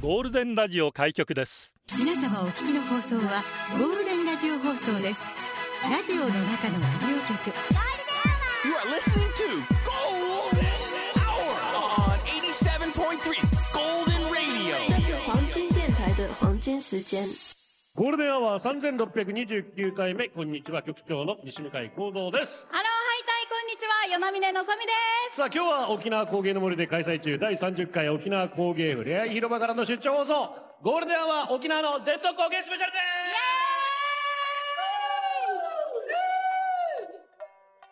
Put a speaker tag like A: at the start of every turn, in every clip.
A: ゴールデンラジオ開局です
B: 皆様お聞きの放送はゴールデンラジオ放送ですラジオの中のラジオ局
C: You are listening to Golden Hour on 87.3 Golden Radio.
D: 这是黄金电台的黄金时间。
E: ゴールデンアワー三千六百二十九回目、こんにちは、局長の西向井光道です。
F: ハローハイタイこんにちは、よなみねのぞみです。
E: さあ、今日は沖縄工芸の森で開催中、第三十回沖縄工芸ふれあい広場からの出張放送。ゴールデンアワー沖縄の Z 工芸スペシャルです。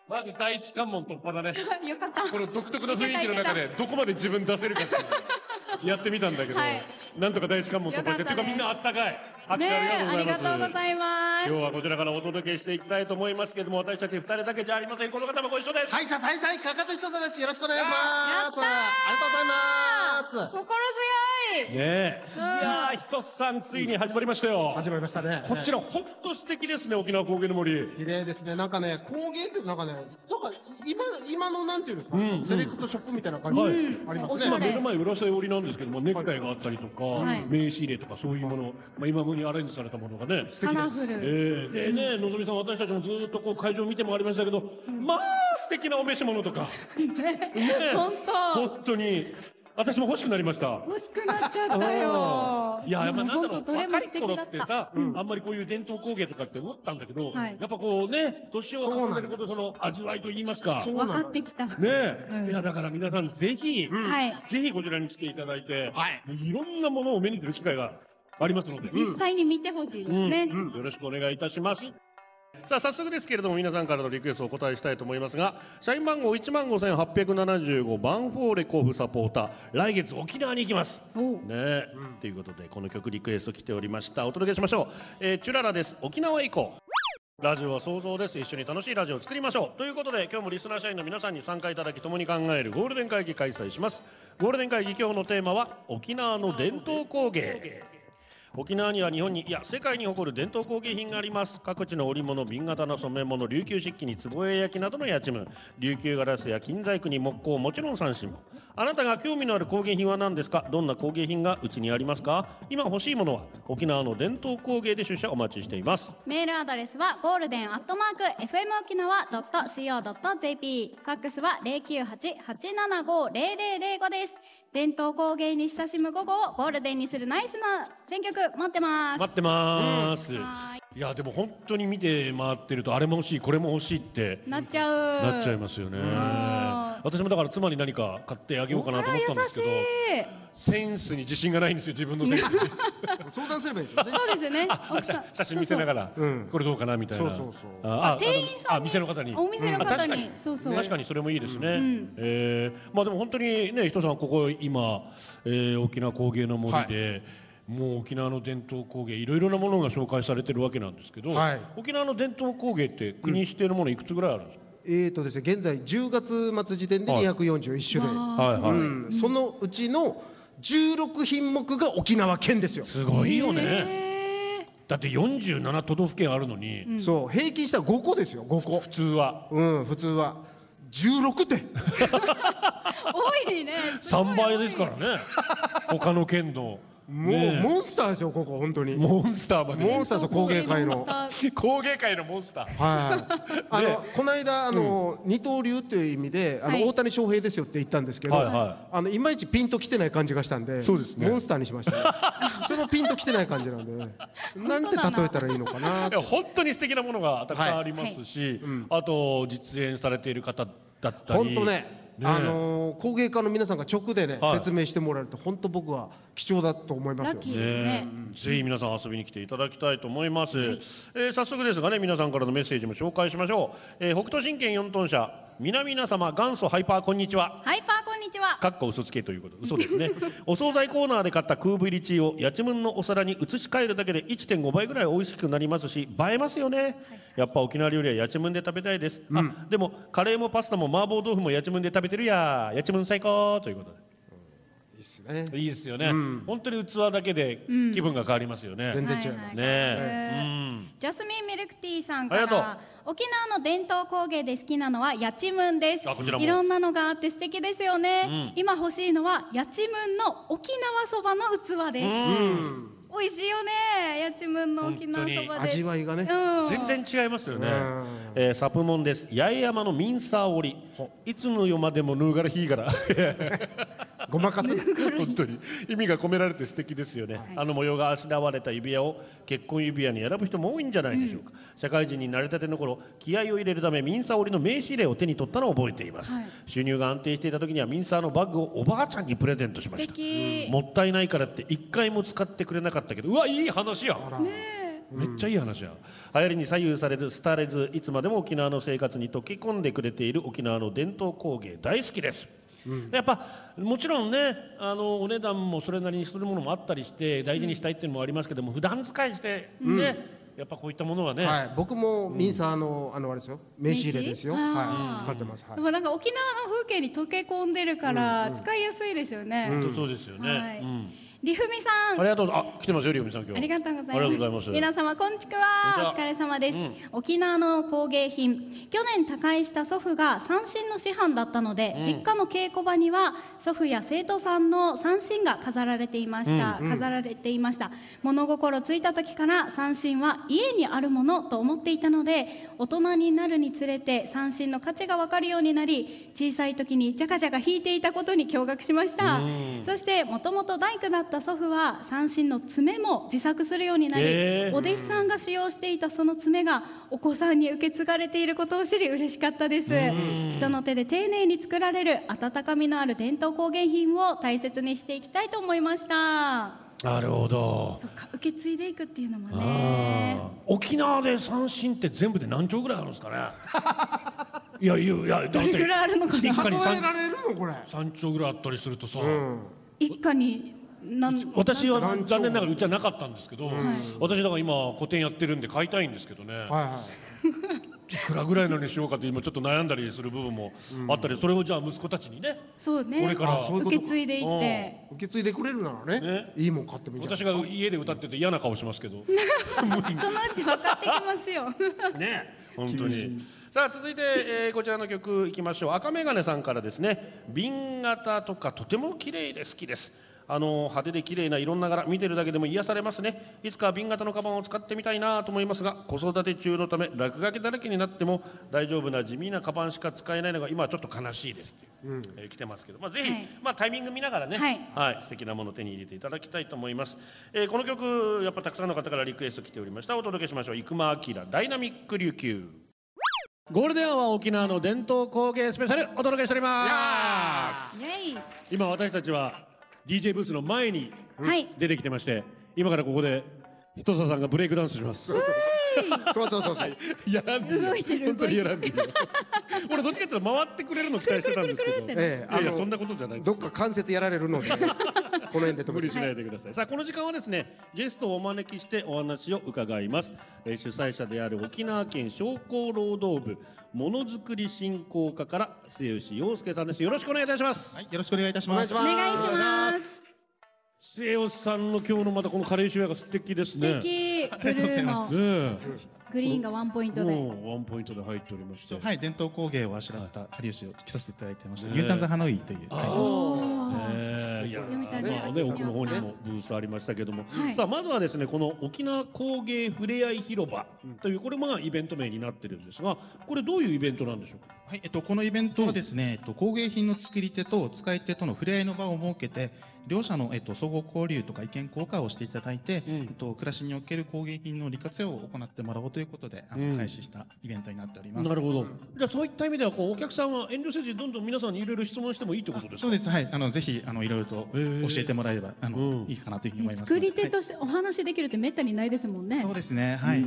E: まず第一関門突破だね。
F: イエーイ よかった。
E: この独特の雰囲気の中で、どこまで自分出せるかっていうのをやってみたんだけど、
F: はい
E: なんとか第一関門突破して、
F: よ
E: て
F: かったね
E: かみんなあったかい。秋
F: ね
E: 田
F: え、
E: あ
F: あ
E: り
F: り
E: が
F: が
E: とうございう
F: と
E: ます
F: ご。ざいます。
E: 今日はこちらからお届けしていきたいと思いますけども私たち2人だけじゃありませんこの方もご一緒です、
G: はい、さあ、再々、かかとひとさです。よろしくお願いします。
F: やったー
G: ありがとうございます。
F: 心強い。
E: ねえいやーひとさんついに始まりましたよ
G: 始まりましたね。
E: こっちの本当素敵ですね沖縄工芸の森
G: 綺麗ですね。なんかね、工芸ってなんかね、なんか今、今のなんていうんですか、
E: うん
G: セレクトショップみたいな感じ、
E: はい
G: ありま
E: お
G: す
E: 今目
G: ね。
E: の前裏下寄りなんですけどもネクタイがあったりとか、
F: はい
E: 名刺入れとかそういうもの、まあ、今風にアレンジされたものがね素
F: カ
E: 敵
F: ラ
E: です
F: フル。
E: ええでね、のぞみさん、私たちもずっとこう会場見て回りましたけど、まあ、素敵なお召し物とか。ね
F: 本当。
E: 本当に、私も欲しくなりました。
F: 欲しくなっちゃったよ。
E: いや、やっぱなんだろ
F: 本当
E: う、
F: どれも
E: 若
F: 素
E: い
F: 敵
E: 頃
F: だっ
E: って
F: た。
E: さ、あんまりこういう伝統工芸とかって思ったんだけど、
F: はい
E: やっぱこうね、年を重ねることその味わいといいますか、
G: そう
E: ね
F: 分かってきた。
E: え、
F: うん
E: いや、だから皆さんぜひ、
F: はい。
E: ぜひこちらに来ていただいて、い、ろんなものを目にする機会がありますので、
F: 実際に見てほしいです
E: うん
F: ね。
E: うんよろしくお願いいたします。さあ早速ですけれども皆さんからのリクエストをお答えしたいと思いますが社員番号1万5875バンフォーレ甲府サポーター来月沖縄に行きます。
F: おう
E: ねえということでこの曲リクエスト来ておりましたお届けしましょう、えー、チュララです沖縄へ行こうラジオは想像です一緒に楽しいラジオを作りましょうということで今日もリスナー社員の皆さんに参加いただき共に考えるゴールデン会議開催しますゴールデン会議今日のテーマは沖縄の伝統工芸沖縄には日本にいや世界に誇る伝統工芸品があります各地の織物瓶型の染め物琉球漆器に壺絵焼きなどのやちむ琉球ガラスや金細工に木工もちろん三振もあなたが興味のある工芸品は何ですかどんな工芸品がうちにありますか今欲しいものは沖縄の伝統工芸で出社お待ちしています
F: メールアドレスはゴールデンアットマーク FM 沖縄 .co.jp ファックスは0988750005です伝統工芸に親しむ午後をゴールデンにするナイスな選曲待ってます
E: 待ってます、
F: はい
E: やでも本当に見て回ってるとあれも欲しいこれも欲しいって
F: なっちゃう
E: なっちゃいますよね
F: ん
E: 私もだから妻に何か買ってあげようかなと思ったんですけど
F: あら優しい
E: センスに自信がないんですよ自分の センスに
G: 相談すればいいですよね。
F: そうですよね奥さん
E: 写写真見せながら
G: そうそううん
E: これどうかなみたいな
G: そうそうそう
E: ああ
F: 店員さんに
E: あ店の方に
F: お店の
E: うんあ
F: 方
E: 確か
F: に
E: に
F: そうそう
E: 確かにそれもいいですね、
F: ん
E: えーまあでも本当にね人さんここ今、えー沖縄工芸の森で、もう沖縄の伝統工芸いろいろなものが紹介されてるわけなんですけど、
G: はい
E: 沖縄の伝統工芸って国指定のものいくつぐらいあるんですか、
G: えーとですね、現在10月末時点で
E: はい
G: 241種類。
E: はいはい
G: うんそのうちの16品目が沖縄県ですよ。
E: すごいよね、
F: え
E: だって47都道府県あるのに、
G: そう、平均したら5個ですよ、5個
E: 普。通は
G: うん、普通は。16点。
F: ー多いねすごい
E: 3倍ですからね他の県の
G: もう、
E: ねえ
G: モンスターですよ、ここ、本当に。
E: モンスターまで
G: モンスターですよ、工芸会
F: モン
G: の
F: スタ。ー
E: 工芸界のモンスター
G: はい、あのこの間あの、二刀流という意味であの、
F: はい
G: 大谷翔平ですよって言ったんですけど、
E: はいは
G: あのいまいちピンときてない感じがしたんで
E: そうですね
G: モンスターにしま した、ね、そのピンときてない感じなんでなんて例えたらいいのかなと
E: 本当に素敵なものがたくさんありますし、あと実演されている方だったり
G: 本当ね
E: ね
G: あの工芸家の皆さんが直でね、
E: はい
G: 説明してもらえると本当僕は貴重だと思います
F: ラ
G: よ
F: ッキーですね
E: ぜひ皆さん遊びに来ていただきたいと思います、えー早速ですがね皆さんからのメッセージも紹介しましょう、えー北斗神拳4トン車皆皆様元祖ハイパーこんにちは
F: ハイパーこんにちは
E: かっこ嘘つけということ嘘ですねお惣菜コーナーで買った空ブ入りチーをやちむんのお皿に移し替えるだけで1.5倍ぐらい美味しくなりますし映えますよね、やっぱ沖縄料理はやちむんで食べたいです、あでもカレーもパスタも麻婆豆腐もやちむんで食べてるややちむん最高ということ
G: いいですね
E: でいいですよね、本当に器だけで気分が変わりますよね、
G: 全
E: ね
G: 然違います、
F: はいはい
E: え、うん
F: ジャスミンミルクティーさんか
E: ありが
F: ら沖縄の伝統工芸で好きなのはやちむんです
E: あこちらも
F: いろんなのがあって素敵ですよね、今欲しいのはやちむんの沖縄そばの器です、美味しいよねやちむんの沖縄そばで
G: 味わいがね
F: うん、
E: 全然違いますよね
G: うん、
E: えーサプモンです八重山のミンサー織いつの世までもぬーがらひーがら
G: ごまかす
E: 本当に意味が込められて素敵ですよね、あの模様があしらわれた指輪を結婚指輪に選ぶ人も多いんじゃないでしょうか、社会人になりたての頃気合を入れるためミンサー織の名刺入れを手に取ったのを覚えています、収入が安定していた時にはミンサーのバッグをおばあちゃんにプレゼントしま
F: 素
E: した
F: 敵、
E: もったいないからって一回も使ってくれなかったけどうわいい話やめっちゃいい話やん流行りに左右されず廃れずいつまでも沖縄の生活に溶け込んでくれている沖縄の伝統工芸大好きです、でやっぱもちろんねあのお値段もそれなりにするものもあったりして大事にしたいっていうのもありますけども、普段使いしてね、やっぱこういったものはね、
G: はい僕もミンサーのあのあれですよ名刺入れですよ
F: 名刺
G: は
F: あー
G: い使ってますはい
F: でもなんか沖縄の風景に溶け込んでるから使いやすいですよね、
E: 本当そうですよね、
F: はい
E: うん
F: りふみさん
E: ありがとうあ来てますよりおみさん今日
F: ありがとうござい
E: あ
F: ま
E: り
F: す。
E: がとうございます
F: 皆様こんちく
E: こんに
F: は。お
E: ちは
F: 疲れ様です、沖縄の工芸品。去年他界した祖父が三振の師範だったので、実家の稽古場には祖父や生徒さんの三振が飾られていました。飾られていました。物心ついた時から三振は家にあるものと思っていたので、大人になるにつれて三振の価値がわかるようになり、小さい時にジャカジャカ弾いていたことに驚愕しました。そしてもともと大工だった祖父は三振の爪も自作するようになり、
E: へー
F: お弟子さんが使用していたその爪がお子さんに受け継がれていることを知り嬉しかったです人の手で丁寧に作られる温かみのある伝統工芸品を大切にしていきたいと思いました
E: なるほど
F: そっか受け継いでいくっていうのも
E: あ
F: ね
E: ー沖縄で三振って全部で何丁ぐらいあるん ですかねいやいやいやだって
F: どれぐらいあるのか
E: 一家
F: な
E: に
G: 数え
E: 三
G: られるのこれ
E: 三丁ぐらいあったりするとさ、
F: 一家に何
E: 私は
G: なんて
E: 残念ながらうちはなかったんですけど、私だから今個展やってるんで買いたいんですけどね、、
G: はいはい
E: くらぐらいのにしようかって今ちょっと悩んだりする部分もあったり、それをじゃあ息子たちにね
F: そう
E: こ
F: ね
E: れから
G: あそういうこと
F: 受
G: か
F: け継いでいって
G: い受け継いでくれるなら
E: ね
G: ねいいもん買ってもいいじゃん
E: 私が家で歌ってて嫌な顔しますけど
F: そのうち分かってきますよ
E: ね本当にさあ続いて、えーこちらの曲いきましょう赤眼鏡さんからですね瓶型とかとても綺麗で好きですあの派手で綺麗ないろんな柄見てるだけでも癒されますねいつか瓶型のカバンを使ってみたいなと思いますが子育て中のため落書きだらけになっても大丈夫な地味なカバンしか使えないのが今はちょっと悲しいですっていう、えー来てますけど、まあ、ぜひ、
F: はい
E: まあ、タイミング見ながらね、
F: はい
E: はい、素敵なものを手に入れていただきたいと思います、えーこの曲やっぱたくさんの方からリクエスト来ておりましたお届けしましょう生間明ダイナミック琉球ゴールデンは沖縄の伝統工芸スペシャルお届けしております
F: イエイ
E: 今私たちは DJ ブースの前に
F: はい
E: 出てきてまして今からここでひとささんがブレイクダンスします
G: そうそうそうそう
E: やらんでいいよ
F: 動いてる
E: 本当にやらんでいいよ俺どっちかっていうと回ってくれるの期待してたんですけど
F: くるくるくるくるって
G: ええ
E: いやいや
G: あの
E: そんなことじゃないです
G: どっか関節やられるのでこの辺で止
E: 無
G: め
E: 理
G: て
E: しないでください、さあこの時間はですねゲストをお招きしてお話を伺います、えー主催者である沖縄県商工労働部ものづくり振興課から末吉洋介さんですよろしくお願いいたします、
H: はい、よろしくお願いいたし
G: お
H: ます。
F: お願いします
E: 末吉さんの今日のまたこのカレー塩屋が素敵です
F: 素
E: ね
F: 敵、ブルーの
E: ね
F: グリーンがワンポイン
E: え
F: トで。
E: もうワンポイントで入っておりまして、
H: はい、伝統工芸をあしらった有吉を着させていただいてました。
E: ね
H: 牛タンザハノイという。
E: あ
H: は
E: ええいや
F: 読みたいね
E: まあね奥の方にもブースありましたけども、
F: はい
E: さあまずはですねこの沖縄工芸ふれあい広場というこれまあイベント名になってるんですがこれどういうイベントなんでしょうか
H: いはい、えっと、このイベントはですね、えっと、工芸品の作り手と使い手との触れ合いの場を設けて、両者の、えっと、総合交流とか意見交換をしていただいて、
E: うん
H: えっと、暮らしにおける工芸品の利活用を行ってもらおうということで、あの
E: うん
H: 開始したイベントになっております。
E: なるほど。じゃあそういった意味ではこうお客さんは遠慮せずどんどん皆さんにいろいろ質問してもいいってことですか。
H: そうです。はい。あの、ぜひ、あの、いろいろと
E: へー
H: 教えてもらえれば、あの、
E: うん
H: いいかなというふうに思います。
F: 作り手
H: は
F: としてお話できるってめったにないですもん
H: い
F: ね。
H: そうですね。はい。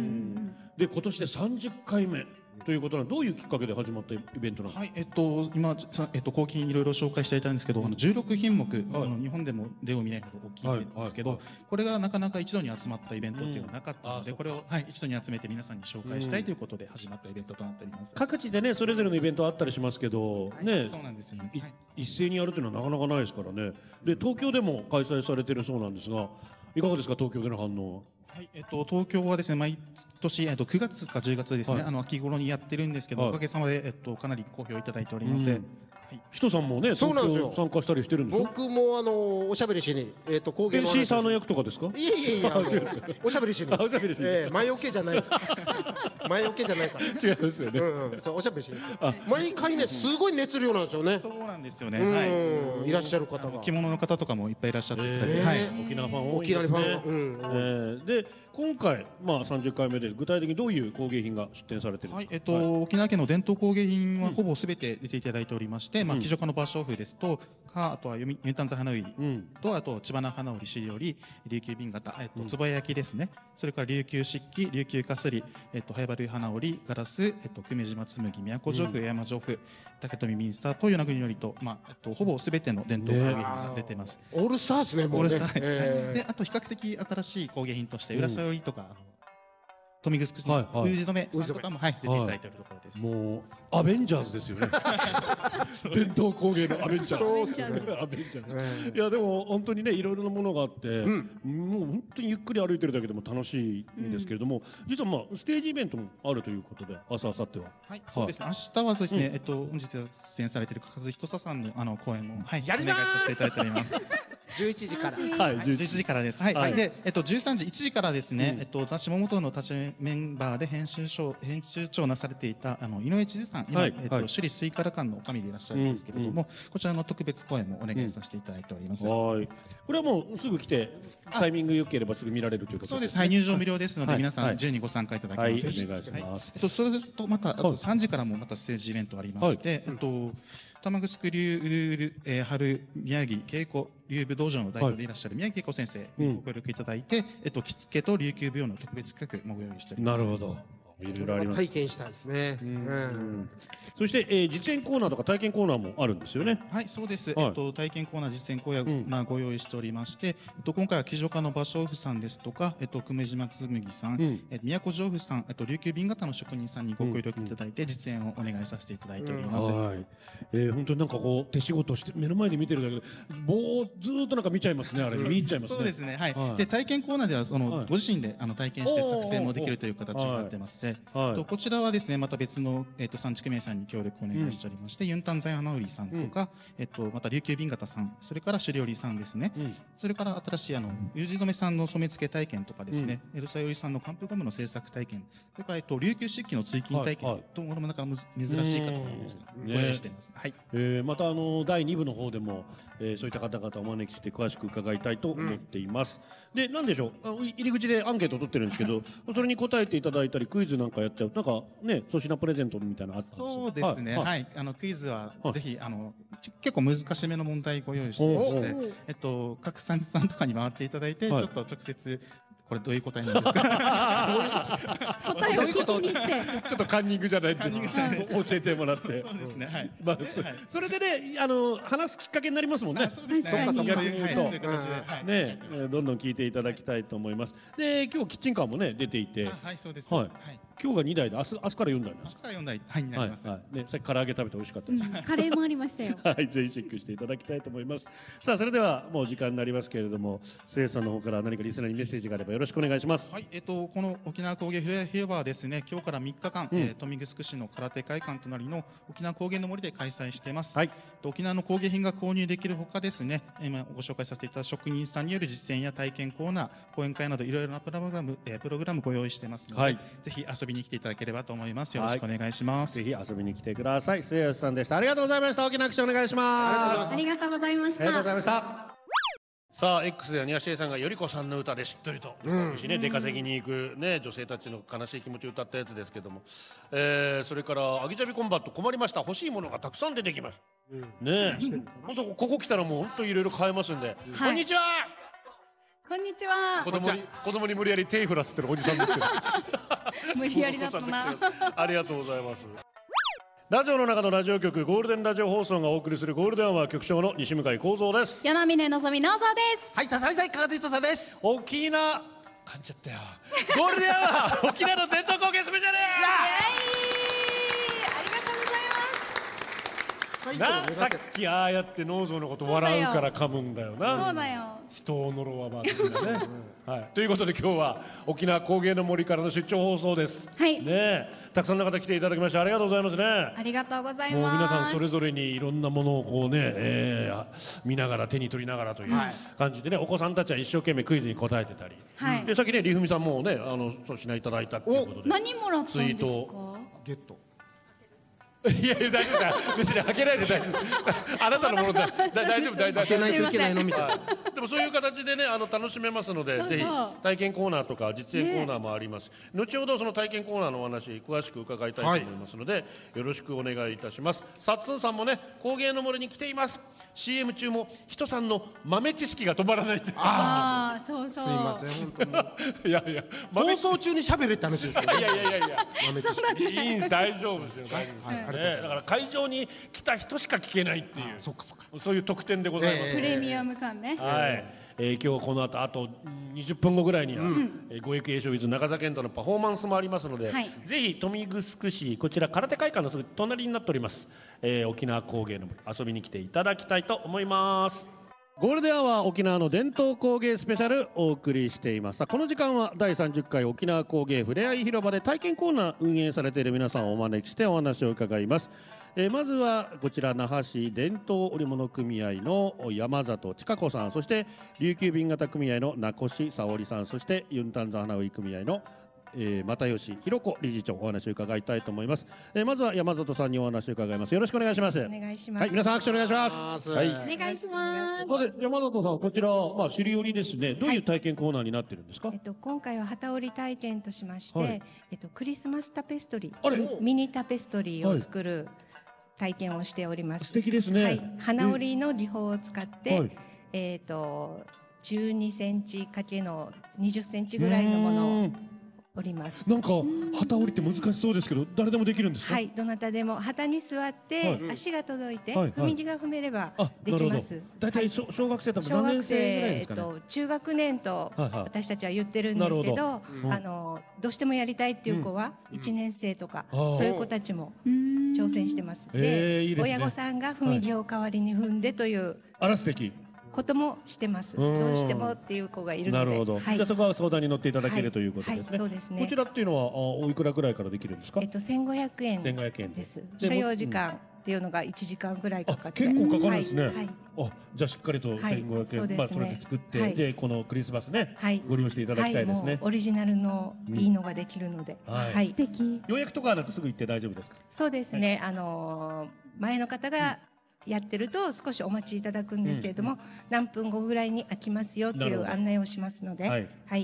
E: で今年で三十回目ということはどういうきっかけで始まったイベントなの。
H: はい、えっと、今、さえっと、後期いろいろ紹介していたんですけど、あの16品目、あの日本でも例を見ないほど大きいんですけど、
E: はい
H: これがなかなか一度に集まったイベントっていうのはなかった
E: うんあ
H: ので、
E: そう
H: これを、はい、一度に集めて皆さんに紹介した
E: う
H: い
E: ん
H: ということで始まったイベントとなっております。
E: 各地でねそれぞれのイベントあったりしますけど、
H: はい
E: ね
H: そうなんですよね。
E: い
H: はい
E: 一斉にやるというのはなかなかないですからね。で東京でも開催されてるそうなんですがいかがですか東京での反応は。
H: はい、えっと、東京はですね、毎年、えっと、9月か10月ですね、
E: はい
H: あの、秋頃にやってるんですけど、
E: はい
H: おかげさまで、えっと、かなり好評いただいております。
E: うん人さんもね、
I: そうなんですよ
E: 東京参加したりしてるんでしょ。
I: 僕もあのおしゃべりしに、えっ、と工芸
E: え
I: の話
E: シーサーの
I: い
E: 役とかですか。
I: えいえいえ、あの
E: 違う
I: おしゃべりしに。
E: あおしゃべりしに
I: ええ前置けじゃない。 前置けじゃないから。
E: 違うんですよね
I: う。んうん、そうおしゃべりしに。毎回ね、すごい熱量なんですよね。
H: そうなんですよね。はい。
I: うん、いらっしゃる方が。
H: 着物の方とかもいっぱいいらっしゃってくださ
E: え
H: い
E: ー
H: て、はい。
I: ね
E: 沖縄ファン多い
I: 沖
E: で
I: 縄
E: す
I: フ
E: ね。
I: ァン、うん、
E: えーで今回まあ30回目で具体的にどういう工芸品が出展されてるん
H: は
E: です
H: い
E: か。
H: えっと沖縄県の伝統工芸品はほぼすべて出ていただいておりまして、まあ、
E: うん
H: 木城の芭蕉布ですと、かあとは読谷座花織
E: うん。
H: と、あと、千葉の花織、し織、琉球瓶型、えっ
E: うん
H: と、つば焼きですね。それから琉球漆器、琉球かすり、えっと、早原花織、ガラス、えっと、久米島紬、宮古城
E: う
H: 府、江山城府、竹富ミンスターと、与那国よりと、まあ、えっと、ほぼすべての伝統工芸品が出てます。
I: オールスターですね、
H: オ
I: も
H: ー
I: うね。
H: ルスターですね。
I: ええ
H: で、あと、比較的新しい工芸品として、
E: うん
H: 浦添織とか、富城市
E: はいは
H: の
E: い
H: 宇治染めさんとかも、はい、出ていただいているところです。
E: もうアベンジャーズですよ ね。伝統工芸のアベンジャーズ。
I: そうっすね
E: アベンジャー
I: え
E: ズ。いやでも本当にねいろいろなものがあって、
I: ん
E: もう本当にゆっくり歩いてるだけでも楽しいんですけれども、実はまあステージイベントもあるということで明日明後日は
H: はい、そうですね。明日はそうですね、えっと、本日出演されている加須人ささんの、あの、公演も、はい、
I: やります
H: お願いさせていただいております。
I: 十一時から。
E: はい
H: はい、11時からです。はい。
E: はい
H: で、えっと、13時、1時からですね、
E: うん
H: えっと、雑誌桃党の立ちメンバーで編集長、編集長をなされていた、あの、井上千鶴さん、今、
E: はい
H: えっ
E: は
H: と、首
E: い
H: 里水から館のおかみでいらっしゃるんですけれども、こちらの特別公演もお願いさせていただいております。
E: はいこれはもうすぐ来てタイミング良ければすぐ見られるということ
H: そうです。はい、入場無料ですので、
E: はい
H: 皆さ
E: は
H: ん
E: い
H: 自由にご参加いただけ
E: はい
H: ま
E: お
H: す。
E: 願
H: ぜひ
E: いします
H: えっと、それとまた、あ
E: は
H: と
E: い
H: 3時からもまたステージイベントありまして、えっと、玉城流流流、えー、春宮城稽古流舞道場の代表でいらっしゃる宮城恵子先生
E: う
H: に
E: ん
H: ご協力いただいて、えっと、着付けと琉球舞踊の特別企画もご用意しており
E: な
H: ます。
E: るほどいろいろあります
I: 体験したいですね。う
E: うんん。そして、えー実演コーナーとか体験コーナーもあるんですよね
H: はい、そうです。
E: はい
H: えっと、体験コーナー、実践コーナーご用意しておりまして、えっと、今回は木城家の芭蕉布さんですとか、えっと、久米島紬さん、
E: うん
H: え宮古城夫さん、えっと、琉球瓶型の職人さんにご協力いただいて、実演をお願いさせていただいております。
E: はい、えー、本当になんかこう手仕事して目の前で見てるだけでぼーずーっとなんか見ちゃいますねあれ見入っちゃいますね
H: そうですね、はい、
E: はい
H: で体験コーナーではその、
E: はい
H: ご自身であの体験して作成もできるという形になってまして、
E: はい
H: とこちらはですねまた別の、えっと産地区名さんに協力をお願いしておりまして、ユンタンザイハナウリさんとか、えっとまた琉球瓶型さんそれから首里織さんですね、
E: うん
H: それから新しいあの U 字染めさんの染付体験とかですね、エルサヨリさんの寒風ゴムの制作体験それから、えっと、琉球漆器の追勤体験、
E: はいはい
H: とものもなんかむず珍しいかと思うんですが
E: うん
H: ご用意しています、はい
E: えーまたあの第2部の方でも、えーそういった方々をお招きして詳しく伺いたいと思っています、でなんでしょうあのい入り口でアンケートを取ってるんですけどそれに答えていただいたりクイズなんかやっちゃうとなんかね粗品プレゼントみたいなのあったんよ
H: そうですね、はい、
E: はい
H: あのクイズは
E: はい
H: ぜひ、あのち結構難しめの問題ご用意して
E: お
H: ま
E: う
H: して、えっと各産地さんとかに回っていただいて、
E: はい
H: ちょっと直接これどういう答えなんです か。
F: 答えを聞きに行って
E: ちょっとカンニングじゃないです
H: カンニングじゃないです
E: 教えてもらって
H: そうですね、はい。
E: まあ、そ
H: はい
E: それでねあの話すきっかけになりますもんね
H: あそうですね。
F: そっかそっか
H: はいはい
E: そ
H: そうういう形で。はい
E: ねえーどんどん聞いていただきたいと思います。で、今日キッチンカーもね、出ていて、
H: あはい、そうです。
E: は
H: はいい。
E: 今日が2台で、明日、明日から4台なん
H: 明
E: で
H: 日
E: す。
H: から4台、はい、にな
E: は
H: り
E: い、
H: ます。
E: はい、ね、さっき唐揚げ食べて美味しかった
F: う
E: で
F: ん
E: す。
F: カレーもありましたよ
E: はい、ぜひチェックしていただきたいと思います。さあ、それでは、もう時間になりますけれども、せいさんの方から何かリスナーにメッセージがあれば、よろしくお願いします。
H: はい、えっと、この沖縄工芸ふれ広場はですね、今日から3日間、
E: うん
H: えー富城市の空手会館隣の沖縄工芸の森で開催しています。
E: はい
H: えっと沖縄の工芸品が購入できるほかですね、えー今ご紹介させていただいた職人さんによる実践や体験コーナー、講演会などいろいろなプログラム、えープログラムご用意してますので、
E: はい
H: ぜひ遊びに来ていただければと思います。よろしくお願いします。
E: ぜひ遊びに来てください。せいさんでした。ありがとうございました。大きな拍手お願いします。
F: ありがとうございまし
E: ありがとうござ
F: た
E: いました。さあ X では庭師さんがより子さんの歌でしっとりと、うん、ね出稼ぎに行くね女性たちの悲しい気持ちを歌ったやつですけども、えー、それからアギチャビコンバット困りました欲しいものがたくさん出てきます、ねえ本当ここ来たらもう本当いろいろ買えますんで、 こんにちは
F: こんにちは
E: 子供に子供に無理やり手振らせてるおじさんですけど
F: 無理やりだったな
E: ありがとうございますラジオの中のラジオ局ゴールデンラジオ放送がお送りするゴールデンアワー局長の西向井光三です
F: 柳峰のぞみなおさです
C: はい、笹井さん、加賀人さんです。
E: 沖縄噛んじゃったよゴールデンアワー沖縄の伝統工芸スペシャル
F: はいありがとうございます
I: は最強
E: な
I: 目が
E: さっ
I: け
E: きああやって農場のこと笑うから噛むんだよな
F: そうだよ
E: 人を呪わば的なね、はい、ということで今日は沖縄工芸の森からの出張放送です、
F: はい
E: ねえたくさんの方来ていただきましてありがとうございますね
F: ありがとうござい
E: もう
F: ます
E: 皆さんそれぞれにいろんなものをこうね、えーあ見ながら手に取りながらという感じでね、お子さんたちは一生懸命クイズに答えてたり、
F: はい
E: でさっきねりふみさんもねあの粗品いただいたっていうことで
F: 何もらったんです
E: ツイ
F: か
E: ート
G: ゲット
E: いや大丈夫だ別に開けないで大丈夫ですあなたのも のだだ大丈夫大丈夫
I: 開けないといけないのみたいな。
E: でもそういう形でねあの楽しめますので
F: そうそう
E: ぜひ体験コーナーとか実演コーナーもあります、後ほどその体験コーナーのお話詳しく伺いたいと思いますので、よろしくお願いいたしますさっつんさんもね工芸の森に来ています CM 中も人さんの豆知識が止まらないって
F: ああそうそう
I: すいません、本当に。
E: いや いや豆
I: 放
E: 知
I: 送中に喋れって話ですよ。
E: 識いやいやいやいや
I: 豆知識
E: いいんです大丈夫ですよ大丈夫
I: はいありがとうございます
E: ですねだから会場に来た人しか聞けないっていう
I: そっかそっか。
E: そういう特典でございます、
I: え
F: プレミアム感ね
E: はい、えー、今日この後あとうん20分後ぐらいには、えー、ご益栄翔 with 中澤健太のパフォーマンスもありますので、
F: はい
E: ぜひ富城市こちら空手会館のすぐ隣になっております、えー、沖縄工芸の森遊びに来ていただきたいと思いますゴールデンアワー沖縄の伝統工芸スペシャルお送りしていますさあこの時間は第30回沖縄工芸ふれあい広場で体験コーナー運営されている皆さんをお招きしてお話を伺いますえーまずはこちら那覇市伝統織物組合の山里千佳子さんそして琉球紅型組合の名越沙織さんそしてユンタンザ花織組合のえー又吉弘子理事長お話を伺いたいと思います、えーまずは山里さんにお話を伺いますよろしくお願いします
J: お願いします。
E: はい皆さん拍手お願いします
I: す
E: はい
F: お願いします
E: さて山里さんこちらまあ知り寄りですねどういう体験コーナーになってるんですか、
J: えっと、今回は旗織り体験としまして、
E: はい
J: えっと、クリスマスタペストリ
E: あれ
J: ー、ミニタペストリーを作る体験をしております。
E: 素敵ですね、
J: はい、花織りの技法を使って、
E: はい
J: えっと、12センチかけの20センチぐらいのもの
E: う
J: を
E: ん
J: 織ります。
E: なんか旗織りって難しそうですけど誰でもできるんですか
J: はい、どなたでも旗に座って、
E: はい
J: 足が届いて、
E: はいはい
J: 踏み木が踏めれば
E: あ
J: で
E: な
J: き
E: るほ
J: ま
E: ど
J: す。
E: 大
J: は
E: 体
J: い
E: 小小学生多分
J: 小
E: 何
J: 学
E: 年
J: 生、
E: 生ぐらい
J: え
E: ですか
J: っ
E: ね、
J: と、中学年と
E: はいはい
J: 私たちは言ってるんですけ
E: なる
J: ど、
E: うん
J: あのどうしてもやりたいっていう子は
I: うん
J: 1年生とか、
E: あー
J: そういう子たちも挑
F: 挑
J: 戦してます、
E: えーいいですね
J: 親御さんが踏み木を代わりに踏んでという
E: あら素敵
J: こともしてます、
E: うん
J: どうしてもっていう子がいるの
E: な
J: で
E: るほど、
J: はい
E: じゃあそこは相談に乗っていただける、
J: はい
E: ということですね,、
J: はいそうですね
E: こちらっていうのはあおいくらぐらいからできるんですか、
J: えっと、1500円
E: 1500円で
J: です
E: で
J: 所要時間っていうのが1時間ぐらいかかって
E: あ結構かかるんですね
J: はいはい
E: あじゃあしっかりと
J: はい
E: 1500円、
J: そうですね
E: まあ、それで作って、
J: はい
E: でこのクリスマスね
J: はい
E: ご利用していただきたいです
J: は
E: ね
J: い、も、うオリジナルの
E: うん
J: いいのができるので、
E: はい
J: はい、
F: 敵
E: 予約とかはなくすぐ行って大丈夫ですか
J: そうですね、あのー前の方がやってると少しお待ちいただくんですけれども、何分後ぐらいに開きますよって
E: ないるほ
J: う
E: ど
J: 案内をしますので、
E: は
J: はいい、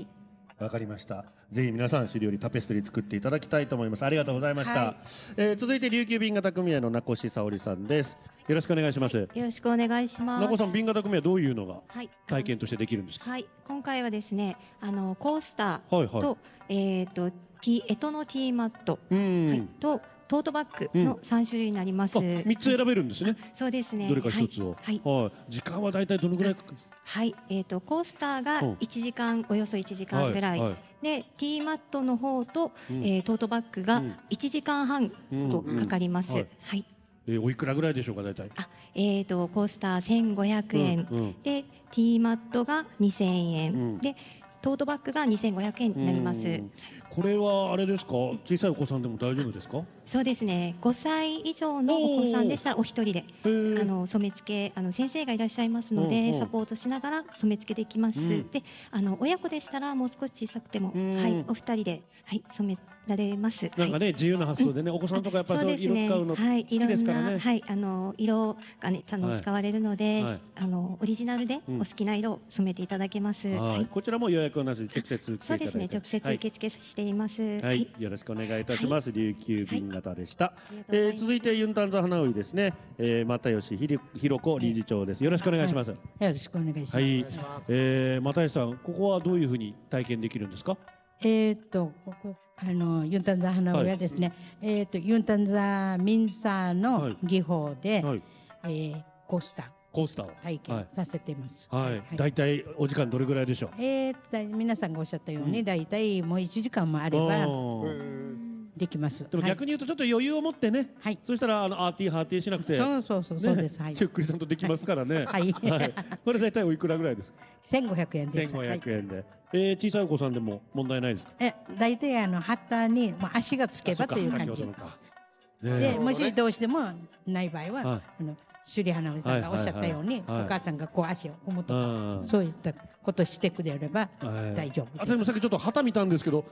E: わかりました。ぜひ皆さん、知りよりタペストリー作っていただきたいと思います。ありがとうございました。
J: はい
E: えー続いて、琉球瓶型組合の名越沙織さんです。よろしくお願いします。
K: よろしくお願いします。
E: 名越さん、瓶型組合どういうのが
K: はい、
E: 体験としてできるんで
K: あ
E: すか
K: のはい、今回はですね、あのコースタ
E: はい
K: ー
E: はい。
K: と、えっ、とティエトのティーマット、
E: う
K: は
E: ん
K: い。とトートバッグ
E: う
K: の三種類になります。
E: あ、三つ選べるんですね。
K: そうですね。
E: どれか一つを。
K: はい、はい、
E: はい。時間は大体どのぐらいかかる
K: はいえっ、とコースターが
E: うん
K: 一時間、およそ一時間ぐらい、
E: はい。
K: でティーマットの方と、
E: うん
K: えートートバッグ
E: う
K: が
E: ん
K: 一時間半とかかります。
E: うんうんうん
K: はい、
E: えーおいくらぐらいでしょうか、大体。
K: えっ、とコースター千五百円。
E: うんうん
K: で、ティーマットが2000円、
E: うん
K: で、トートバッグが2500円になります。
E: うんこれはあれですか小さいお子さんでも大丈夫ですかへ
K: そうですね。5歳以上のお子さんでしたらお一人で、あ
E: ー
K: の染付あの先生がいらっしゃいますので、
E: うんうん
K: サポートしながら染付できます。
E: うん
K: で、あの親子でしたらもう少し小さくても、
E: うん
K: はい、お二人で、はい、染められます。
E: なんか
K: はい
E: ね、自由な発 想でね、お子さんとかやっぱりそう色使うの好
K: はい、い
E: き
K: ろ
E: です
K: ん
E: から
K: な、
E: ね。
K: はい、あの色がね、あの、
E: はい
K: 使われるので、
E: はい
K: あのオリジナルで
E: うん
K: お好きな色を染めていただけます。
E: はい、こちらも予約なしで直接来て
K: そう
E: いただ
K: です
E: いて。
K: ね、直接受付しています。
E: はい、はいよろしくお願いいたします。琉球便型でした。
K: ありがとうござい
E: え
K: ま
E: ー、
K: す
E: 続いてユンタンザ花売ですね、えー、又吉ひりひろこ理事長です。よろしくお願いします。
L: よろしくお願いします。
E: はい、
I: します
E: えー、又吉さん、ここはどういうふうに体験できるんですか。
L: えーっと、ここ、あの、ユンタンザ花親ですね。えーっと、ユンタンザミンサー
E: はい
L: の技法で、
E: はい、
L: えーコースター
E: コースターを。
L: 体
E: は
L: 験
E: い
L: させています。
E: はい、だいたいお時間どれぐらいでしょう。
L: えーっと、皆さんがおっしゃったよう
E: う
L: に、だいたいもう1時間もあれ
E: あ
L: ば
E: ー
I: えー
L: でできます。
E: でも
L: はい
E: 逆に言うとちょっと余裕を持ってね、そしたらあのアーティーハーティーしなくて
L: そうそうそうそうですはい
E: ゆっくりさんとできますからね
L: はい
E: これ大体おいくらぐらいですか
L: 1500円です。はい
E: 1500円で、えー小さいお子さんでも問題ないですか
L: え大体あの旗にまあ足がつけばという
E: あそ
L: 感
E: っか
L: じ
E: 先ほどの。か
L: でも
E: ね
L: しどうしてもない場合は、
E: はい
L: あの首里花美さんがおっしゃったように、
E: はいはいはい
L: お母さんがこう足を踏むとか、
E: うん
L: そういったことしてくれれば
E: はい
L: 大丈夫
E: あでもさっきちょっと旗見たんですけど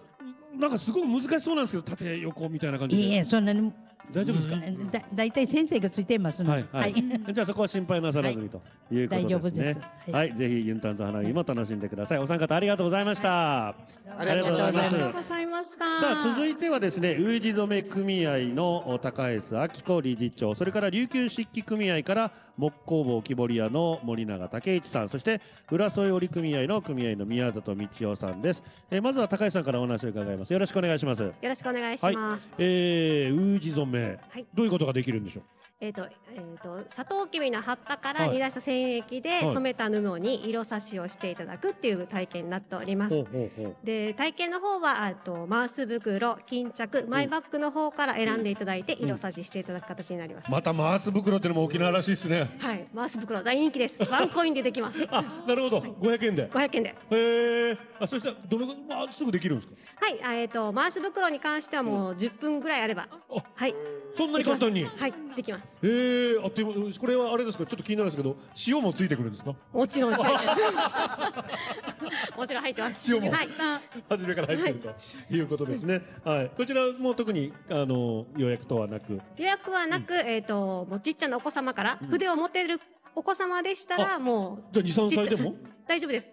E: なんかすごい難しそうなんですけど縦横みたいな感じで
L: いいえそんなに
E: 大丈夫ですか、
L: うんだ大体先生がついていますの
E: は
L: で
E: い、はいじゃあそこは心配なさらずにということですね。
L: 大丈夫です
E: はい、ぜひユンタンズ花火も楽しんでください。お三方ありがとうございました。ありがとうございます。
F: ありがとうございました。
E: さあ続いてはですね、類似止め組合の高安明子理事長、それから琉球漆器組合から木工房木彫り屋の森永武一さん、そして浦添織組合の組合の宮里道夫さんです。えーまずは高安さんからお話を伺います。よろしくお願いします。よ
M: よろしくお願いします。
E: はい、えー、類似染め、
M: はい
E: どういうことができるんでしょう。
M: えっ、と、えっ、と、サトウキビの葉っぱか
E: は
M: ら
E: い
M: 煮出した染液
E: はい
M: で染めた布に色差しをしていただくっていう体験になっております。
E: ほうほうほう
M: で、体験の方は、あと、マウス袋、巾着、マイバッグの方から選んでいただいて、
E: うん
M: 色差ししていただく形になります。
E: またマース袋ってのも沖縄らしいですね。
M: はい、マウス袋大人 気です。ワンコインでできます。
E: なるほど、500円で。
M: 500円で。
E: へえ。あ、そしたらどれぐらいあすぐできるんですか。
M: はい、あえっ、と、マウス袋に関してはもう10分ぐらいあれば。はい。
E: そんなに簡単に
M: できますはい、できます。
E: へえ。あっという間これはあれですか。ちょっと気になるんですけど、塩もついてくるんですか。
M: もちろんし ないです。もちろん入ってます。
E: 塩も
M: はい。
E: 初めから入ってるということですね。はい。こちらも特にあの予約とはなく。
M: 予約はなく、えっ、と、もうちっちゃなお子様から、
E: うん
M: 筆を持ってるお子様でしたら、もう。
E: じゃあ二三歳でも
M: ちっちゃ大丈夫です。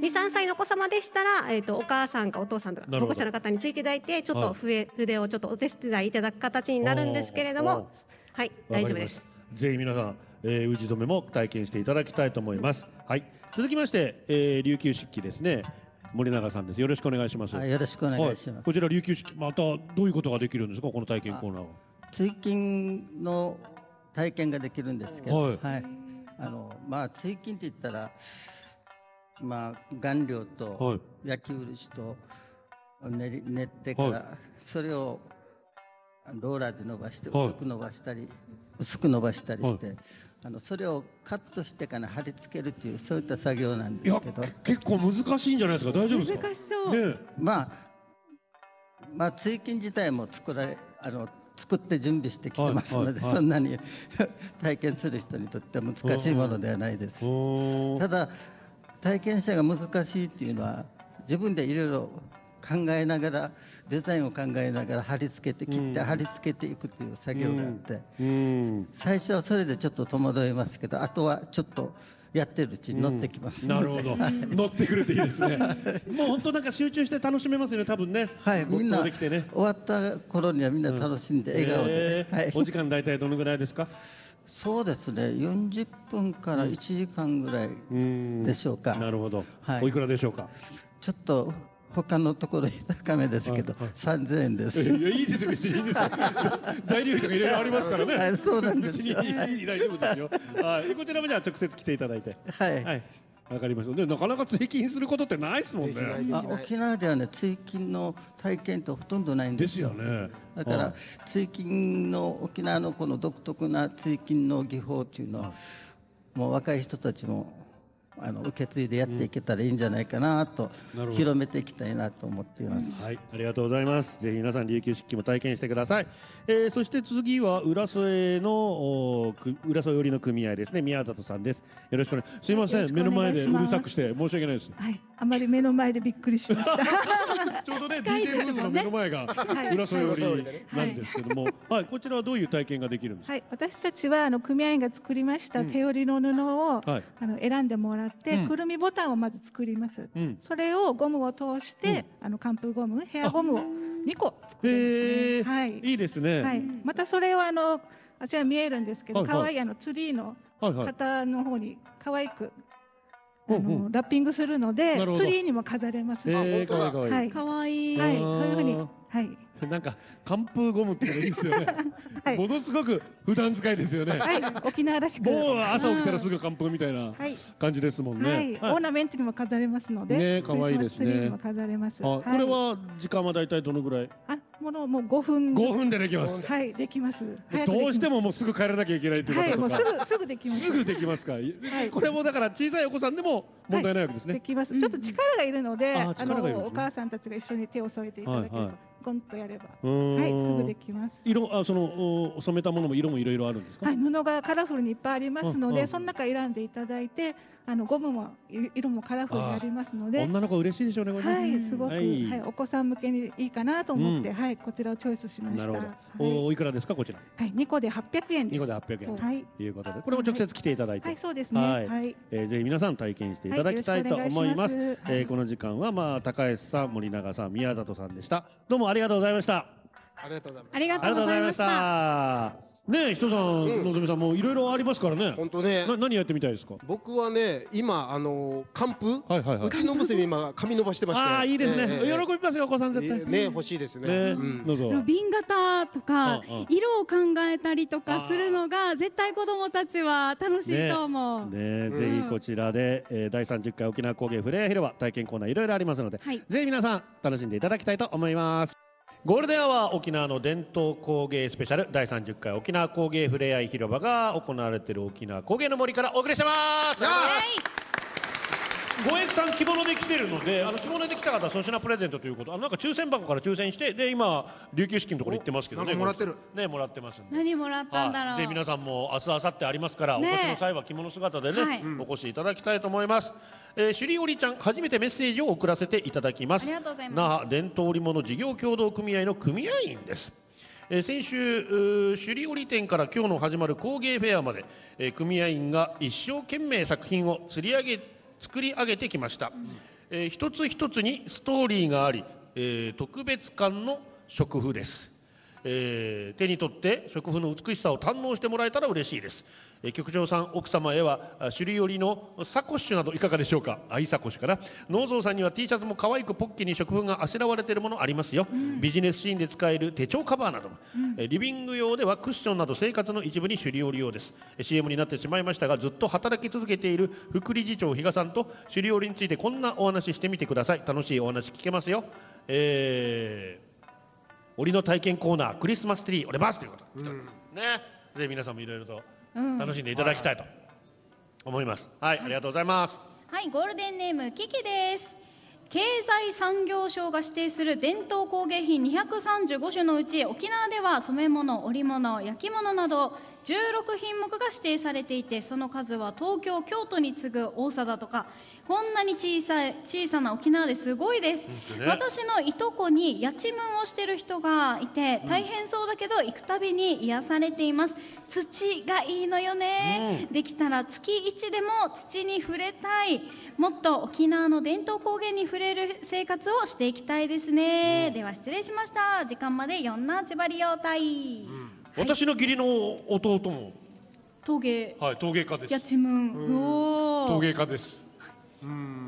M: 二三歳のお子様でしたら、えっ、と、お母さんかお父さんとか、
E: なる
M: 保
E: ほど
M: 護者の方についていただいて、ちょっ
E: は
M: と
E: い
M: 筆、筆をちょっとお手伝いいただく形になるんですけれども。はい、大丈夫です。
E: わかりました。ぜひ皆さん、えー、宇治染めも体験していただきたいと思います。はい。続きまして、えー、琉球漆器ですね。森永さんです。よろしくお願いします。
N: はいよろしくお願いします
E: こちら琉球漆器、またどういうことができるんですか、この体験コーナーは。
N: 追勤の体験ができるんですけど、
E: は
N: はいいあのまあ、追勤って言ったら、まあ、顔料
E: は
N: と
E: い
N: 焼き漆と練り練ってから、
E: はい
N: それをローラーで伸ばして
E: はい
N: 薄く伸ばしたり、薄く伸ばしたりして、
E: は
N: あのそれをカットしてから貼り付けるというそういった作業なんですけど
E: 結構難しいんじゃないですか。大丈夫ですか。
M: 難しそう
E: ね
N: まあ、まあ、追勤自体も作られ、あの、作って準備してきてますので、
O: はいはいはい
N: そんなに 体験する人にとっては難しいものではないです。ただ、体験者が難しいっていうのは、自分でいろいろ考えながら、デザインを考えながら貼り付けて、切って
O: うん
N: 貼り付けていくという作業があって、
E: うん。
N: 最初はそれでちょっと戸惑いますけど、あとはちょっとやってるうちに乗ってきます
E: な
N: ので、
E: るほ ど
N: はい。
E: 乗ってくれていいですね。もう本当なんか集中して楽しめますよね。多分ね。
N: はい、みんな
E: で
N: 終
E: きてね。
N: わった頃にはみんな楽しんで笑顔で
E: え、ーお時間大体どのぐらいですか。
N: そうですね、40分から1時間ぐらいでしょうか。な
E: るほど。
N: はい。
E: おいくらでしょうか。
N: ちょっと他のところより高めですけど、3000円です。
E: いやいいですよ別にいいですよ材料費とかいろいろありますからね。
N: はいそうなんですよ
E: 別にいい大丈夫ですよ。はい。こちらもじゃあ直接来ていただいて。
N: はい。
E: わかりました。でなかなか追勤することってないですもんね。
N: あ沖縄ではね追勤の体験ってほとんどないんですよ
E: ですよね
N: だから、
E: はい
N: 追勤の沖縄のこの独特な追勤の技法っていうのはもう若い人たちもあの受け継いでやっていけたらいいんじゃないかなと、
E: なるほど
N: 広めていきたいなと思っています、
E: はい、ありがとうございます。ぜひ皆さん琉球漆器も体験してください。えーそして次は浦添のおーく浦添寄りの組合ですね、宮里さんです。よろしくお願い。すいません、
P: よろし
E: 目
P: く
E: の
P: お願
E: 前
P: い
E: で
P: します
E: うるさくして申し訳ないです。
P: はい、あまり目の前でびっくりしました。
E: ちょうどね、
P: 近い
E: DJ ブ
P: で
E: ース
P: すも
E: の
P: んね
E: 目の前が
P: はい
E: 浦添寄り
P: は
E: なん
P: い
E: ですけども、はい、こちらはどういう体験ができるんですか。
P: はい、私たちはあの組合員が作りました手織りの布を、
E: はい
P: あの選んでもらって、
E: うん
P: くるみボタンをまず作ります。
E: うん
P: それをゴムを通して、あの寒風ゴム、ヘアゴムを2個作りますね。はい。
E: いいですね。
P: はい。またそれをあのあちら見えるんですけど、
E: はいはい
P: 可愛いあのツリーの
E: はいはい
P: 型の方に可愛く
E: うん
P: あのラッピングするので
E: なるほど
P: ツリーにも飾れますし、
E: えー可愛い可愛い
P: はい、
F: 可愛い
P: はい、
E: あ
P: そ
E: ー
P: ういうふうに、はい、
E: なんか寒風ゴムってのがいいです よね。ものすごく普段使いですよね。
P: はい、沖縄らしく、
E: もう朝起きたらすぐ寒風みたいな
P: はい
E: 感じですもんね。
P: はい、オ
E: はい
P: ーナメントにも飾れますので、
E: ね可愛いです
P: クリスマスツ
E: ね
P: リーにも飾れます。
E: あ、こ
P: い、
E: れは時間は大体どのぐらい？
P: あ、ものをもう5分
E: 5分でできます
P: はいできます早
E: で
P: くでき
E: ど
P: ま
E: う
P: す
E: してももうすぐ帰らなきゃいけないというこ
P: は
E: と
P: い
E: と
P: もう
E: か
P: すぐすぐできます
E: すぐできますか、
P: い
E: これもだから小さいお子さんでも問題ないわけですね、
P: できますちょっと力がいるので、
E: あー
P: あ
E: 力がいる
P: のお母さんたちが一緒に手を添えていただけると、
E: はいはい
P: ゴンとやれば
E: うーん
P: はいすぐできます
E: 色あそのお染めたものも色もいろいろあるんですか、
P: はい、布がカラフルにいっぱいありますの
E: うんう
P: で、
E: ん
P: その中選んでいただいて、あのゴムもい色もカラフルにありますので、
E: 女の子嬉しいでしょうねこれね
P: はい、すごく、
E: は
P: はいいお子さん向けにいいかなと思って、
E: うん
P: はい、こちらをチョイスしまし
E: な
P: た。
E: るほど、
P: は
E: おおいくらですかこちら
P: い、2個で800円です。
E: 2個で800円
P: はい、
E: ということでこれも直接来ていただいて、
P: はい、そうですね。はい、はい、
E: えーぜひ皆さん体験していただきたいと思います,、
P: はいよろしくお願いします
E: えーこの時間はまあ高橋さん森永さん宮里さんでしたどうもありがとうございました
I: ありがとうございます。
F: ありがとうございまし
E: あり
F: た。
E: がとうございましたねえ人さん、のぞみさんもういろいろありますからね
I: 本当ね
E: な何やってみたいですか
I: 僕はね、今あの寒風、
E: はいはいう
I: ちの娘今髪伸ばしてまして。
E: ああいいですね、
I: ええ
E: 喜びますよお子さん絶対
I: ね欲しいですね。
E: ね
I: うん
E: どうぞ
F: ロビン型とか
E: うんうん
F: 色を考えたりとかするのが絶対子供たちは楽しいと思う。
E: ねえぜひこちらで、えー第30回沖縄工芸フレア広場体験コーナーいろいろありますので、
F: はい
E: ぜひ皆さん楽しんでいただきたいと思いますゴールデンアワー沖縄の伝統工芸スペシャル第30回沖縄工芸ふれあい広場が行われている沖縄工芸の森からお送りしてますごえきさん着物で来てるのであの着物で来た方は粗品プレゼントということあのなんか抽選箱から抽選してで今琉球式のところに行ってますけどね
I: なんかもらってる
E: ねもらってますんで
F: 何もらったんだろ
E: はい
F: う。
E: ぜひ皆さんも明日明後日ありますから、
F: ねえ
E: お越しの際は着物姿でね、
F: はい
E: お越しいただきたいと思います。えー、シュリオリちゃん初めてメッセージを送らせていただきます。
F: ありがとうございます
E: 那覇伝統織物事業協同組合の組合員です。えー先週うー首里織店から今日の始まる工芸フェアまで、えー組合員が一生懸命作品を釣り上げ作り上げてきました、えー一つ一つにストーリーがあり、えー特別感の食譜です、えー手に取って食譜の美しさを堪能してもらえたら嬉しいです、えー局長さん奥様へはあ首里織のサコッシュなどいかがでしょうかアイサコッシュかな能蔵さんには T シャツも可愛くポッキーに食譜があしらわれているものありますよ、ビジネスシーンで使える手帳カバーなども、えーリビング用ではクッションなど生活の一部に首里織用ですえー CM になってしまいましたがずっと働き続けている副理事長比嘉さんと首里織についてこんなお話ししてみてください楽しいお話聞けますよえー檻の体験コーナークリスマスツリー折れますということで来ております、ねぜひ皆さんもいろいろと
F: うん
E: 楽しんでいただきたいと思います、はいありがとうございます
F: はい、ゴールデンネームキキです。経済産業省が指定する伝統工芸品235種のうち沖縄では染め物、織物、焼き物など16品目が指定されていてその数は東京、京都に次ぐ多さだとかこんなに小さい小さな沖縄ですごいです、
O: 当ね
F: 私のいとこにやちむんをしてる人がいて大変そうだけど行くたびに癒されています土がいいのよね、できたら月1でも土に触れたいもっと沖縄の伝統工芸に触れる生活をしていきたいですね、では失礼しました時間までよんなちばりようたい、
E: 私の義理の弟も、
F: 陶芸
E: はい、陶芸家で
F: や
E: す
F: ちむんお
E: 陶
F: ー
E: 芸家です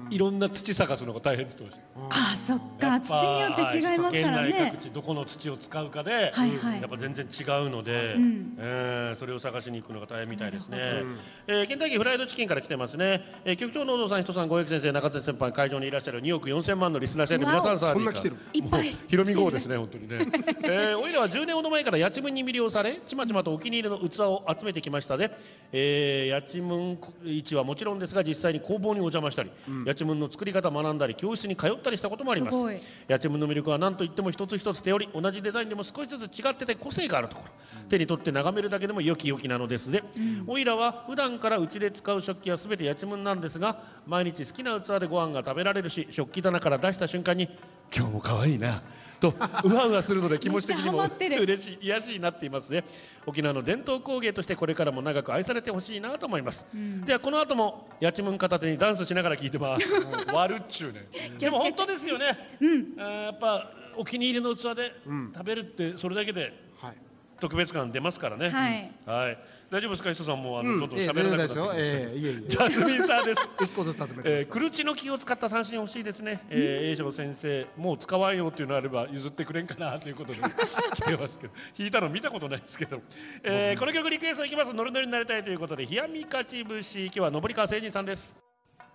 E: いろんな土探すのが大変って言ってました
F: あそっか土によって違いますから
E: 現代
F: ね
E: 各地どこの土を使うかで、
F: はいはい
E: やっぱ全然違うので、
F: うん
E: えーそれを探しに行くのが大変みたいですね
F: なる
I: ほど、
E: えー、ケンタッキーフライドチキンから来てますね、えー、局長の小野さん人さん五役先生中津先輩会場にいらっしゃる2億4000万のリスナー生徒皆さん
I: そんな
E: 来
I: 来て
E: てる
I: る
E: いっぱいヒロミ号ですね本当にね、えー、おいらは10年ほど前からやちむんに魅了されちまちまとお気に入りの器を集めてきましたで、えー、やちむん市はもちろんですが実際に工房にお邪魔したり、やちむんの作り方学んだり教室に通ったりしたこともあります
F: すごい
E: やちむんの魅力は何といっても一つ一つ手織り同じデザインでも少しずつ違ってて個性があるところ、手に取って眺めるだけでも良き良きなのですぜ、おいらは普段からうちで使う食器は全てやちむんなんですが毎日好きな器でご飯が食べられるし食器棚から出した瞬間に今日も可愛いなとうわうわするので気持ち的にも
F: めっちゃハマってる
E: 嬉しい癒やしになっていますね沖縄の伝統工芸としてこれからも長く愛されてほしいなと思います、ではこの後もやちむん片手にダンスしながら聞いて ます割るっちゅうねでも本当ですよね、あーやっぱお気に入りの器で食べるってそれだけで特別感出ますからね、
F: はい
E: はい大丈夫ですか磯さんもあの、
I: うん
E: どんどん喋らなくなってきましたけど、
I: ええ全然大丈夫ですよええいえいえ
E: ジャスミンさんです
I: 一個ずつ集めてます
E: えー、クルチの木を使った三振欲しいですね、えー、栄翔先生もう使わんよっていうのあれば譲ってくれんかなということで 来てますけど弾いたの見たことないですけど、えー、この曲リクエストいきますノリノリになりたいということで冷やみかち節今日は上川誠人さんです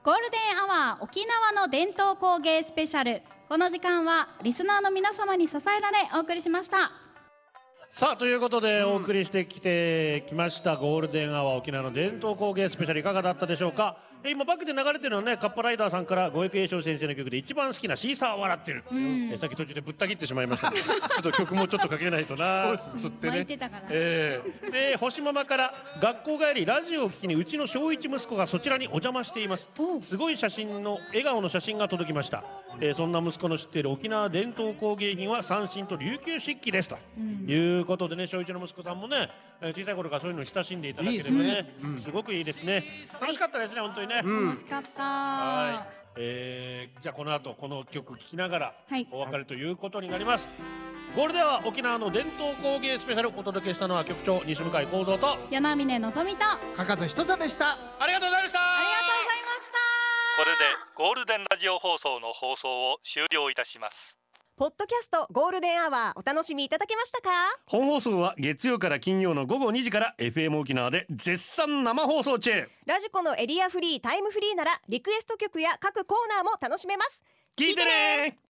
F: ゴールデンアワー沖縄の伝統工芸スペシャルこの時間はリスナーの皆様に支えられお送りしました
E: さあということでお送りしてきてきました、ゴールデンアワー沖縄の伝統工芸スペシャルいかがだったでしょうかえ今バックで流れてるのはねカッパライダーさんから五育栄翔先生の曲で一番好きな「シーサーは笑ってる」
F: うん
E: えさっき途中でぶった切ってしまい ましたけどちょっと曲もちょっとかけないとなそうですって
F: 巻
E: ね
F: いてたから
E: えーで星ママから学校帰りラジオを聞きにうちの小一息子がそちらにお邪魔していますすごい写真の笑顔の写真が届きました、えーそんな息子の知っている沖縄伝統工芸品は三線と琉球漆器ですということでね小一の息子さんもねえー小さい頃からそういうのに親しんでいただければね
F: いいですね
E: すごくいいですね楽しかったですね本当にね、
F: 楽しかった
E: はい、えーじゃあこの後この曲聴きながら
F: はい
E: お別れということになります、ゴールデンは沖縄の伝統工芸スペシャルお届けしたのは局長西向井光三と
F: 柳峰のぞみとありがとう
E: かかずひとさでしたありがとうございました
F: ございました
A: これでゴールデンラジオ放送の放送を終了いたします
O: ポッドキャストゴールデンアワーお楽しみいただけましたか
E: 本放送は月曜から金曜の午後2時から FM 沖縄で絶賛生放送中
O: ラジコのエリアフリータイムフリーならリクエスト曲や各コーナーも楽しめます
E: 聞いてね